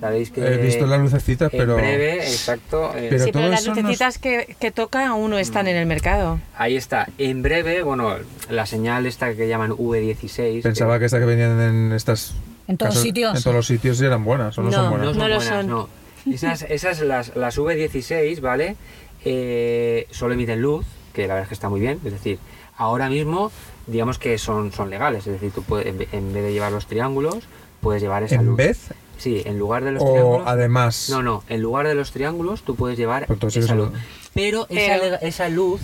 S3: Sabéis que.
S2: He visto las lucecitas,
S3: en
S2: pero...
S3: breve, exacto. eh,
S2: Pero
S1: sí, pero
S2: todo
S1: las
S2: eso nos-
S1: lucecitas que, que toca aún no están en el mercado.
S3: Ahí está. En breve, bueno, la señal esta que llaman V16.
S2: Pensaba que estas que venían en estas...
S4: En todos
S2: casas-
S4: sitios.
S2: En todos los sitios eran buenas, o no, son
S1: No,
S2: buenas.
S3: No, son
S1: lo
S3: buenas,
S1: son.
S3: no. Esas, esas las, las V16, ¿vale? Eh, solo emiten luz, que la verdad es que está muy bien. Es decir, ahora mismo, digamos que son, son legales. Es decir, tú puedes, en ve- en vez de llevar los triángulos, puedes llevar esa
S2: ¿En
S3: luz.
S2: vez
S3: Sí, en lugar de los
S2: o
S3: triángulos.
S2: además?
S3: No, no, en lugar de los triángulos tú puedes llevar
S2: Pues entonces
S3: esa
S2: eso-
S3: luz. Pero esa,
S1: Pero-
S3: lega- esa luz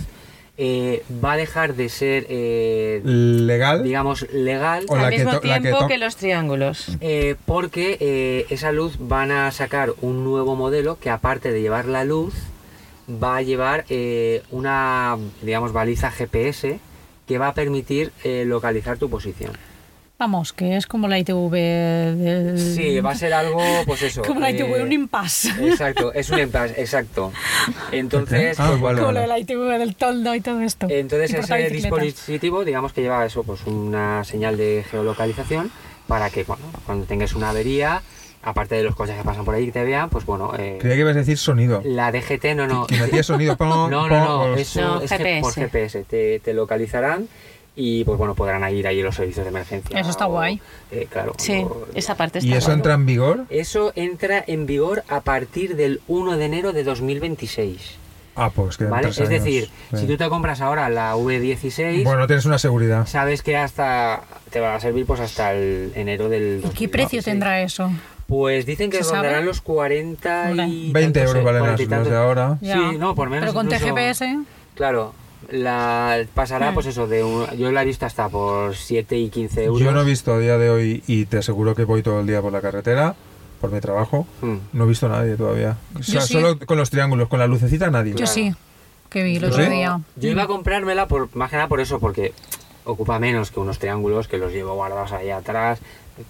S3: eh, va a dejar de ser, eh,
S2: ¿Legal?
S3: digamos, legal.
S2: O la
S1: Al
S2: que
S1: mismo
S2: to- la que
S1: tiempo
S2: to-
S1: que, los triángulos.
S3: Eh, porque eh, esa luz van a sacar un nuevo modelo que aparte de llevar la luz va a llevar eh, una digamos baliza GPS que va a permitir eh, localizar tu posición.
S4: Vamos, que es como la ITV del...
S3: Sí, va a ser algo pues eso.
S4: Mm. Como la
S3: eh,
S4: ITV, un impasse.
S3: Exacto, es un impasse, exacto. Entonces,
S2: Ah, vale,
S4: Como lo de
S2: vale.
S4: la ITV del toldo y todo esto.
S3: Entonces
S4: Y
S3: ese
S4: portabicicletas.
S3: dispositivo, digamos que lleva eso, pues una señal de geolocalización para que bueno, cuando tengas una avería, aparte de los coches que pasan por ahí que te vean, pues bueno, eh,
S2: Creía que ibas a decir sonido.
S3: la DGT no, no.
S2: Y metía sonido. pom,
S3: No, no,
S2: pom,
S3: no,
S2: pom.
S3: eso
S1: No,
S3: es que
S1: GPS.
S3: por GPS te, te localizarán y pues bueno, podrán ir ahí los servicios de emergencia.
S4: Eso está guay.
S3: eh, claro.
S1: Sí,
S3: o-
S1: esa parte
S2: ¿Y
S1: está.
S2: eso
S1: guay.
S2: entra en vigor?
S3: Eso entra en vigor a partir del 1 de enero de 2026.
S2: Ah, pues que
S3: ¿Vale? Es decir, si tú te compras ahora la V16,
S2: Bueno, tienes una seguridad.
S3: sabes que hasta te va a servir pues hasta el enero del
S4: ¿Y qué precio
S3: 2026.
S4: tendrá eso?
S3: Pues dicen que
S4: ¿Se sabe?
S3: rondarán los 40 y
S2: 20
S3: tantos,
S2: euros
S3: eh,
S2: valen
S3: 40 y
S2: las las de
S3: tantos.
S2: ahora.
S3: Sí, no, por menos
S4: Pero con
S3: incluso-
S4: TGPS,
S3: Claro, la pasará pues eso, de un- yo la he visto hasta por 7 y 15 euros.
S2: Yo no he visto a día de hoy, y te aseguro que voy todo el día por la carretera, por mi trabajo,
S3: Mm.
S2: no he visto a nadie todavía. O sea,
S4: Yo sí.
S2: solo con los triángulos, con la lucecita nadie.
S4: yo sí, que vi el otro
S2: ¿Sí?
S4: día.
S3: Yo iba a comprármela por, más que nada por eso, porque ocupa menos que unos triángulos que los llevo guardados ahí atrás.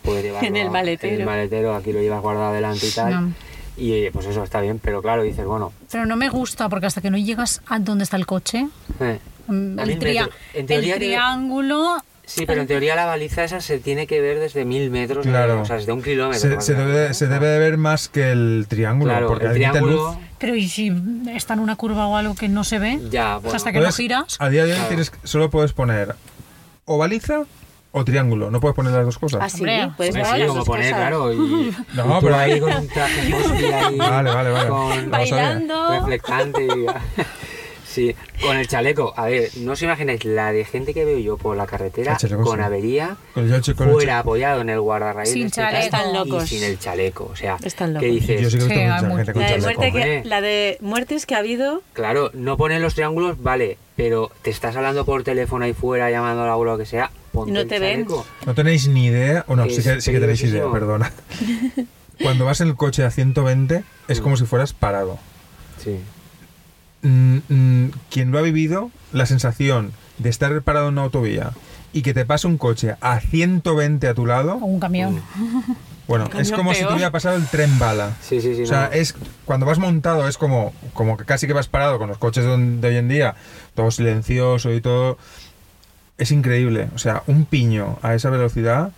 S3: puede llevarlo
S1: En el
S3: a-
S1: maletero.
S3: En el maletero, aquí lo llevas guardado adelante y tal.
S4: No.
S3: Y eh, pues eso está bien, pero claro, dices, bueno.
S4: Pero no me gusta porque hasta que no llegas a donde está el coche,
S3: eh,
S4: mm,
S3: A
S4: el,
S3: mil
S4: tria-
S3: metros. En teoría
S4: el
S3: que-
S4: triángulo...
S3: Sí, pero en teoría la baliza esa se tiene que ver desde mil metros,
S2: Claro.
S3: o sea, desde un kilómetro.
S2: Se,
S3: más
S2: se
S3: o menos,
S2: debe,
S3: ¿no?
S2: se debe de ver más que el triángulo,
S3: Claro,
S2: porque
S3: el
S2: ahí emite luz.
S3: triángulo.
S4: Pero ¿y si está en una curva o algo que no se ve?
S3: Ya,
S4: O sea,
S3: bueno.
S4: hasta que no
S2: Puedes-
S4: giras.
S2: A día de hoy
S3: Claro.
S2: tienes- solo puedes poner o baliza o triángulo, no puedes poner las dos cosas.
S1: Así,
S4: Hombre,
S1: Ah, puedes
S3: Hombre,
S1: probar
S3: sí,
S1: las
S3: como
S1: dos
S3: poner,
S1: cosas.
S3: claro, y,
S2: No,
S3: y tú
S2: pero-
S3: ahí con un traje cosplay ahí,
S2: Vale, vale, vale.
S3: con-
S2: Vamos a ver.
S1: Bailando.
S3: reflectante y- Sí, con el chaleco. A ver, no os imagináis la de gente que veo yo por la carretera
S2: El chaleco,
S3: con
S2: sí.
S3: avería,
S2: Con el chaleco, con el
S3: fuera
S2: chaleco.
S3: apoyado en el guardarraíl.
S4: Sin chaleco. Están
S5: locos.
S3: sin el chaleco. O sea,
S5: Están
S3: ¿qué
S5: locos.
S3: dices?
S2: Yo sí que he
S4: Sí,
S2: visto
S4: hay
S2: mucha gente
S4: mucho.
S2: con
S5: La de,
S2: chaleco.
S5: muerte que,
S3: hombre.
S5: la de muertes que ha habido,
S3: Claro, no ponen los triángulos, vale, pero te estás hablando por teléfono ahí fuera, llamando a la abuela o lo que sea, ponte
S5: No
S3: el
S5: te ven.
S3: chaleco.
S2: No tenéis ni idea, o no,
S3: Es
S2: sí que, sí que tenéis idea,
S3: peligrosísimo.
S2: perdona. Cuando vas en el coche a 120 es como si fueras parado.
S3: Sí.
S2: Mm, mm, quien lo ha vivido, la sensación de estar parado en una autovía y que te pase un coche a 120 a tu lado,
S4: O un camión.
S3: Mm.
S2: bueno, es
S1: Camión
S2: como si te
S1: peor.
S2: hubiera pasado el tren bala.
S3: Sí, sí, sí.
S2: O sea,
S3: no.
S2: es cuando vas montado es como, como que casi que vas parado con los coches don- de hoy en día, todo silencioso y todo. Es increíble. O sea, un piño a esa velocidad,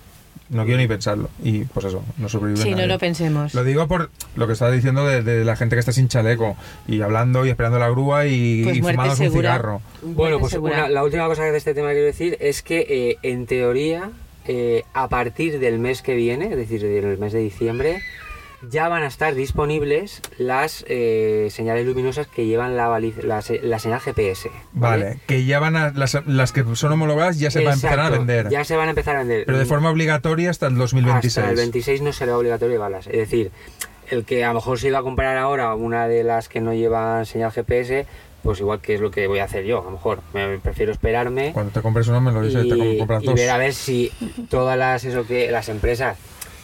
S2: no quiero ni pensarlo. Y pues eso, no sobrevive.
S5: sí, no
S2: nadie.
S5: lo pensemos.
S2: Lo digo por lo que estás diciendo de, de la gente que está sin chaleco y hablando y esperando la grúa y,
S5: Pues
S2: y
S5: muerte
S2: fumándose un
S5: segura.
S2: cigarro.
S3: Bueno,
S5: Muerte
S3: pues
S5: segura.
S3: una- la última cosa de este tema que quiero decir es que eh, en teoría, eh, a partir del mes que viene, es decir, del mes de diciembre, ya van a estar disponibles las eh, señales luminosas que llevan la, baliz- la, se- la señal GPS.
S2: Vale, que ya van a. Las, las que son homologadas ya se van a empezar a
S3: Exacto,
S2: vender.
S3: Ya se van a empezar a vender.
S2: Pero de forma obligatoria hasta el 2026.
S3: Hasta el 26 no será obligatorio llevarlas. Es decir, el que a lo mejor se iba a comprar ahora una de las que no llevan señal GPS, pues igual que es lo que voy a hacer yo, a lo mejor. Me prefiero esperarme
S2: Cuando te compres uno me lo
S3: y,
S2: dices, te com- compras
S3: y
S2: dos.
S3: ver a ver si todas las eso que las empresas,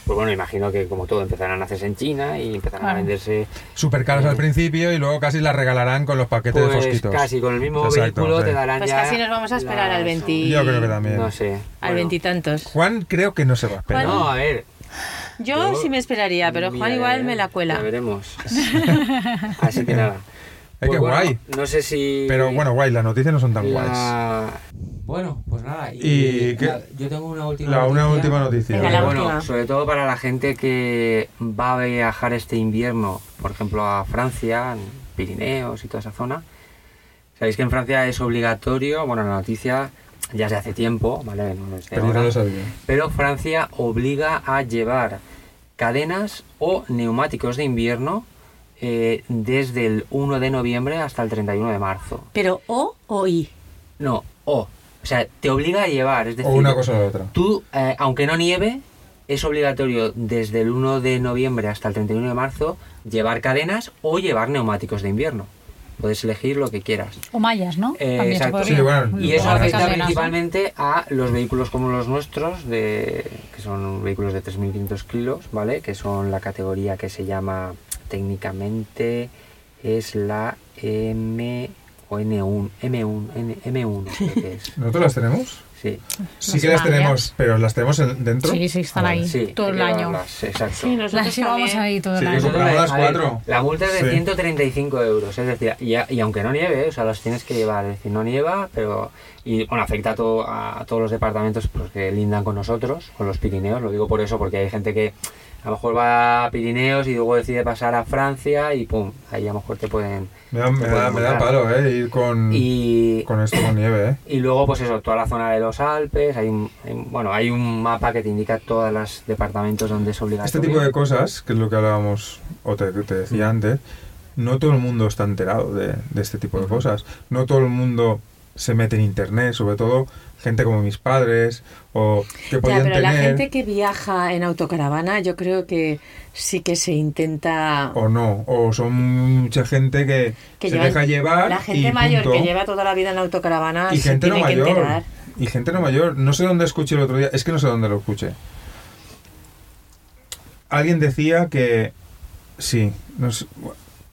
S3: pues bueno, imagino que como todo empezarán a hacerse en China y empezarán a
S4: Claro.
S3: venderse
S2: Super caras
S3: Eh,
S2: al principio y luego casi las regalarán con los paquetes de
S3: pues
S2: fosquitos.
S3: casi con el mismo
S2: Exacto,
S3: vehículo
S2: sí.
S3: te darán
S5: Pues
S3: ya
S5: casi nos vamos a esperar
S3: las-
S5: al 20.
S2: Yo creo que también.
S3: No sé.
S5: Al
S3: bueno.
S5: veintitantos.
S2: Juan creo que no se va a esperar.
S3: No, a ver,
S5: Yo,
S3: Yo-
S5: sí me esperaría, pero Juan
S3: Mira,
S5: igual
S3: ya,
S5: me la cuela.
S3: ya veremos. Así que nada.
S2: Ay, qué
S3: pues bueno,
S2: guay.
S3: No sé si.
S2: Pero bueno, guay, las noticias no son tan guays.
S3: la- Bueno, pues nada. Y,
S2: ¿Y qué?
S3: la- yo tengo una última
S2: La, una
S3: noticia.
S2: última noticia.
S5: Venga, la
S2: ¿verdad?
S5: última.
S3: Bueno, sobre todo para la gente que va a viajar este invierno, por ejemplo, a Francia, Pirineos y toda esa zona. Sabéis que en Francia es obligatorio, bueno, la noticia ya se hace tiempo, ¿vale? No es de
S2: Pero yo no
S3: ahora.
S2: lo sabía.
S3: Pero Francia obliga a llevar cadenas o neumáticos de invierno eh, desde el 1 de noviembre hasta el 31 de marzo.
S5: Pero O o I.
S3: No, o. O sea, te obliga a llevar. Es decir,
S2: O una cosa o la otra.
S3: tú, eh, aunque no nieve, es obligatorio desde el 1 de noviembre hasta el 31 de marzo llevar cadenas o llevar neumáticos de invierno. Puedes elegir lo que quieras.
S4: O mallas, ¿no?
S3: Eh,
S4: También se
S3: exacto.
S4: podría.
S2: Sí, bueno,
S3: Y
S2: Lo
S3: eso
S2: que hace
S3: afecta
S4: Cadenas, ¿no?
S3: principalmente a los vehículos como los nuestros, de, que son vehículos de 3.500 kilos, ¿vale? Que son la categoría que se llama técnicamente es la M o N1, M1, N- M1 creo que es.
S2: ¿Nosotros las tenemos?
S3: Sí,
S2: Sí que las
S4: España.
S2: tenemos, pero las tenemos en- dentro.
S4: Sí, sí, están
S2: Ah,
S4: ahí
S3: sí.
S4: todo
S3: hay
S4: el
S3: que
S4: año.
S3: llevarlas, exacto.
S4: Las llevamos ahí todo
S2: Sí,
S4: el
S2: eso-
S4: año.
S2: compramos las
S3: A ver,
S2: cuatro.
S3: La multa es de
S2: Sí.
S3: 135 euros, es decir, y, a- y aunque no nieve, o sea, los tienes que llevar, es decir, no nieva, pero. Y bueno, afecta a, todo- a todos los departamentos pues, que lindan con nosotros, con los Pirineos, lo digo por eso, porque hay gente que a lo mejor va a Pirineos y luego decide pasar a Francia y pum, ahí a lo mejor te pueden.
S2: Me da,
S3: te
S2: me
S3: pueden
S2: da- me da
S3: multar.
S2: palo, ¿eh? Ir con,
S3: Y,
S2: con esto con nieve, ¿eh?
S3: y luego, pues eso, toda la zona de los Alpes, hay un, hay un- bueno, hay un mapa que te indica todos los departamentos donde es obligatorio.
S2: Este tipo de cosas, que es lo que hablábamos o te, te decía antes, no todo el mundo está enterado de, de este tipo de cosas. No todo el mundo se mete en internet, sobre todo gente como mis padres o que
S5: Ya,
S2: podían
S5: pero la
S2: tener
S5: gente que viaja en autocaravana, yo creo que sí que se intenta.
S2: o no. O son mucha gente que,
S5: que
S2: se
S5: llevan-
S2: deja llevar.
S5: La gente
S2: y
S5: mayor que
S2: punto.
S5: lleva toda la vida en autocaravana
S2: y
S5: Ah, se
S2: gente no
S5: tiene que
S2: mayor.
S5: enterar.
S2: Y gente no mayor. No sé dónde escuché el otro día. Es que no sé dónde lo escuché. Alguien decía que. Sí. no sé,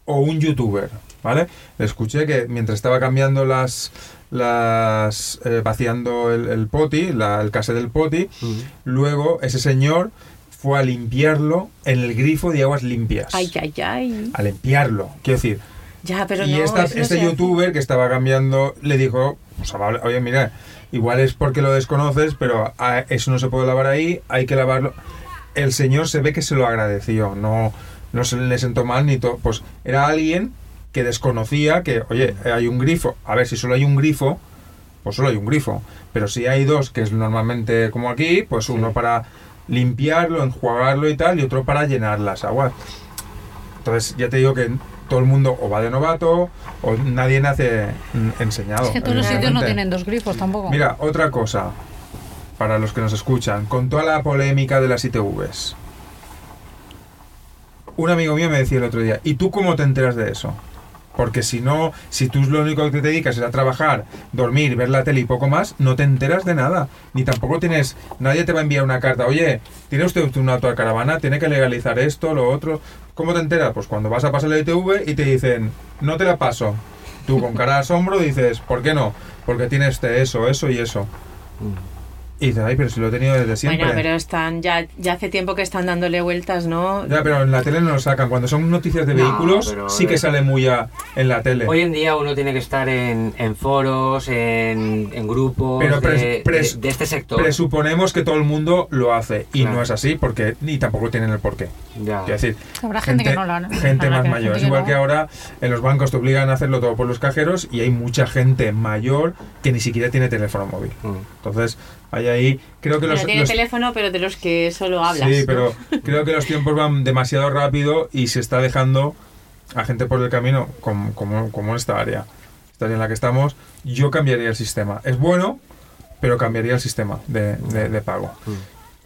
S2: o un youtuber, ¿vale? Escuché que mientras estaba cambiando las. las eh, vaciando el, el poti, la- el case del poti,
S3: Ujú.
S2: luego ese señor fue a limpiarlo en el grifo de aguas limpias.
S5: Ay, ay, ay.
S2: A limpiarlo. Quiero decir,
S5: Ya, pero
S2: y
S5: no,
S2: esta-
S5: eso no
S2: este
S5: se hace.
S2: youtuber que estaba cambiando le dijo, pues, amable, oye, mira, igual es porque lo desconoces, pero ah, eso no se puede lavar ahí, hay que lavarlo. El señor se ve que se lo agradeció, no, no se le sentó mal ni todo. Pues era alguien que desconocía que, oye, hay un grifo. A ver, si solo hay un grifo, pues solo hay un grifo. Pero si hay dos, que es normalmente como aquí, pues uno para limpiarlo, enjuagarlo y tal, y otro para llenar las aguas. Entonces, ya te digo que todo el mundo o va de novato o nadie nace mm, enseñado.
S4: Es que todos los sitios no
S2: evidentemente.
S4: tienen dos grifos tampoco.
S2: Mira, otra cosa para los que nos escuchan, con toda la polémica de las ITVs. Un amigo mío me decía el otro día, ¿y tú cómo te enteras de eso? Porque si no, si tú lo único que te dedicas es a trabajar, dormir, ver la tele y poco más, no te enteras de nada. Ni tampoco tienes, nadie te va a enviar una carta, oye, tiene usted una autocaravana, tiene que legalizar esto, lo otro. ¿Cómo te enteras? Pues cuando vas a pasar la ITV y te dicen, no te la paso. Tú con cara de asombro dices, ¿por qué no? Porque tienes este, eso, eso y eso.
S3: mm.
S2: Y dices, ay, pero si lo he tenido desde siempre.
S5: Bueno, pero están ya, ya hace tiempo que están dándole vueltas, ¿no?
S2: Ya, pero en la tele no lo sacan. Cuando son noticias de
S3: No,
S2: vehículos,
S3: pero
S2: sí que
S3: es-
S2: sale muy a- en la tele.
S3: Hoy en día uno tiene que estar en, en foros, en, en grupos
S2: Pero pres-
S3: de,
S2: pres-
S3: de- de este sector.
S2: Presuponemos que todo el mundo lo hace y
S3: Claro.
S2: no es así porque ni tampoco tienen el porqué.
S5: Ah.
S3: Ya.
S2: Quiero decir,
S4: Habrá gente que no lo hará.
S2: gente
S4: Habrá
S2: más
S4: que-
S2: mayor.
S4: gente
S2: Es
S4: que
S2: igual
S4: no.
S2: que ahora en los bancos te obligan a hacerlo todo por los cajeros y hay mucha gente mayor que ni siquiera tiene teléfono móvil.
S3: Mm.
S2: Entonces, hay ahí, creo que
S5: Pero
S2: los,
S5: tiene
S2: los-
S5: teléfono, pero de los que solo hablas.
S2: Sí, pero creo que los tiempos van demasiado rápido y se está dejando a gente por el camino como, como, como en esta área, esta área en la que estamos. Yo cambiaría el sistema. Es bueno, pero cambiaría el sistema de, de- de pago.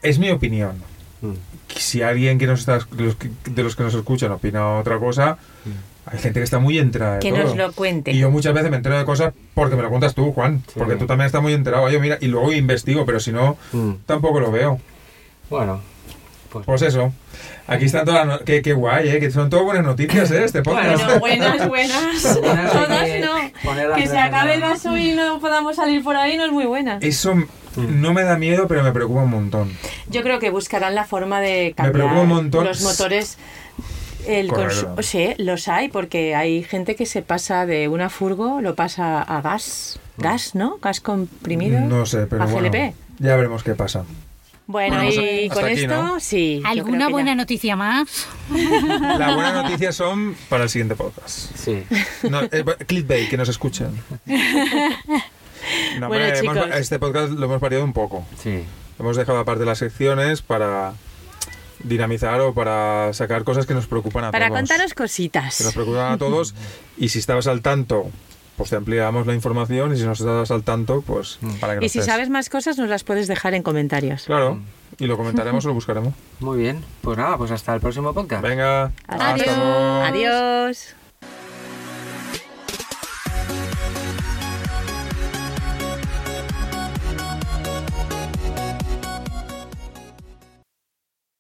S2: Es mi opinión.
S3: Mm.
S2: Si alguien que nos está, los que- de los que nos escuchan opina otra cosa, hay gente que está muy entrada. de
S5: Que nos
S2: todo.
S5: lo cuente.
S2: Y yo muchas veces me entero de cosas porque me lo cuentas tú, Juan.
S3: Sí.
S2: Porque tú también estás muy enterado. Yo mira, y luego investigo, pero si no,
S3: Mm.
S2: tampoco lo veo.
S3: Bueno, pues,
S2: Pues eso. Aquí están todas las no- qué, qué guay, ¿eh? Que son todas buenas noticias, ¿eh? Este podcast.
S5: Bueno, buenas, buenas.
S3: Buenas hay
S5: Todas
S3: que
S5: no.
S3: ponerlas
S5: Que
S3: de
S5: se acabe el
S3: verdad.
S5: vaso y no podamos salir por ahí no es muy buena.
S2: Eso m- no me da miedo, pero me preocupa un montón.
S5: Yo creo que buscarán la forma de
S2: Me preocupa
S5: cambiar
S2: un montón.
S5: los motores. El
S2: Correcto.
S5: consu- sí, los hay porque hay gente que se pasa de una furgo, lo pasa a gas, gas, ¿no? Gas comprimido.
S2: Mm. No sé, pero
S5: a
S2: bueno.
S5: GLP.
S2: Ya veremos qué pasa.
S5: Bueno,
S2: Bueno,
S5: y
S2: hasta
S5: con
S2: aquí,
S5: esto,
S2: ¿no?
S5: sí. yo creo
S4: ¿Alguna
S5: que
S4: buena
S5: ya.
S4: noticia más?
S2: Las buenas noticias son para el siguiente podcast.
S3: sí.
S2: No, eh, ba- clickbait, que nos escuchen. No,
S5: Bueno,
S2: hombre, hemos-
S5: chicos.
S2: este podcast lo hemos variado un poco.
S3: Sí.
S2: Hemos dejado aparte las secciones para dinamizar o para sacar cosas que nos preocupan a
S5: Para
S2: todos.
S5: contaros
S2: que nos
S5: cositas.
S2: preocupan a todos y si estabas al tanto pues te ampliamos la información y si no estabas al tanto pues para que Mm.
S5: Y
S2: nos
S5: si
S2: des.
S5: sabes más cosas, nos las puedes dejar en comentarios.
S2: claro y lo comentaremos o lo buscaremos
S3: Muy bien. Pues nada, pues hasta el próximo podcast.
S2: venga hasta
S5: Adiós.
S2: luego.
S5: Adiós.